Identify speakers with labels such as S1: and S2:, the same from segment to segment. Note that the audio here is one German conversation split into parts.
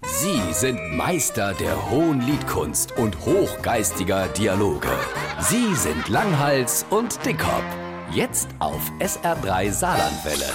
S1: Sie sind Meister der hohen Liedkunst und hochgeistiger Dialoge. Sie sind Langhals und Dickhop. Jetzt auf SR3 Saarlandwelle.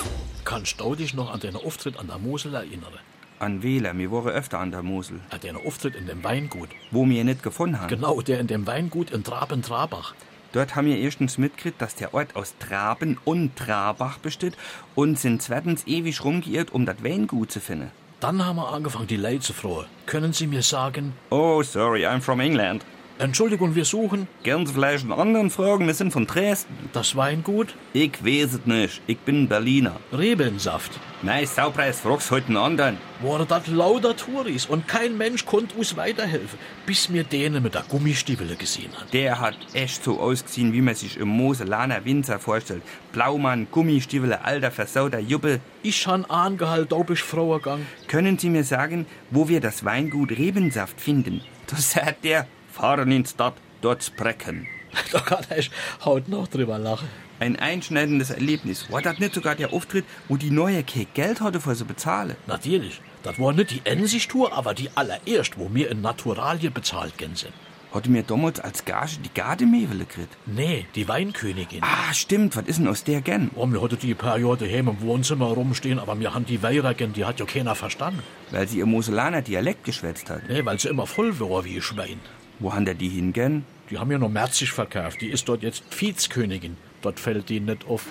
S2: Kannst du dich noch an deinen Auftritt an der Mosel erinnern?
S3: An Wähler, mir waren öfter an der Mosel,
S2: An deinen Auftritt in dem Weingut?
S3: wo mir nicht gefunden haben.
S2: Genau, der in dem Weingut in Traben-Trabach.
S3: Dort haben wir erstens mitgekriegt, dass der Ort aus Traben und Trabach besteht und sind zweitens ewig rumgeirrt, um das Weingut zu finden.
S2: Dann haben wir angefangen, die Leute zu fragen. Können Sie mir sagen,
S3: Oh, sorry, I'm from England.
S2: Entschuldigung, wir suchen
S3: Gern Sie vielleicht einen anderen fragen, wir sind von Dresden.
S2: das Weingut
S3: Ich weiß es nicht, ich bin Berliner.
S2: Rebellensaft.
S3: Nein, Saupreis, fragst heute einen anderen.
S2: Waren das lauter Touris und kein Mensch konnte uns weiterhelfen, bis mir denen mit der Gummistiefel gesehen hat.
S3: Der hat echt so ausgesehen, wie man sich im Moselaner Winzer vorstellt. Blaumann, Gummistiefel, alter versauter Juppe.
S2: Ich han angehalten, ob ich froher gang.
S3: Können Sie mir sagen, wo wir das Weingut Rebensaft finden? Das sagt der. Fahren ins Stadt, dort sprechen.
S2: Da kann ich heute noch drüber lachen.
S3: Ein einschneidendes Erlebnis. War das nicht sogar der Auftritt, wo die neue Kek Geld hatte für sie bezahlen?
S2: Natürlich, das war nicht die Ensichtour, aber die allererst, wo mir in Naturalien bezahlt gehen sind.
S3: Hatte mir damals als Gage die Gardemevel gekriegt.
S2: Nee, die Weinkönigin.
S3: Ah, stimmt, was ist denn aus der gen?
S2: Oh, wir hatten die Periode heim im Wohnzimmer rumstehen, aber wir haben die Weihregen, die hat ja keiner verstanden.
S3: Weil sie ihr Moselaner Dialekt geschwätzt hat.
S2: Nee, weil sie immer voll war wie ein Schwein.
S3: Wo han der die hingehen?
S2: Die haben ja noch Merzig verkauft, die ist dort jetzt Viehskönigin. Dort fällt die nicht auf.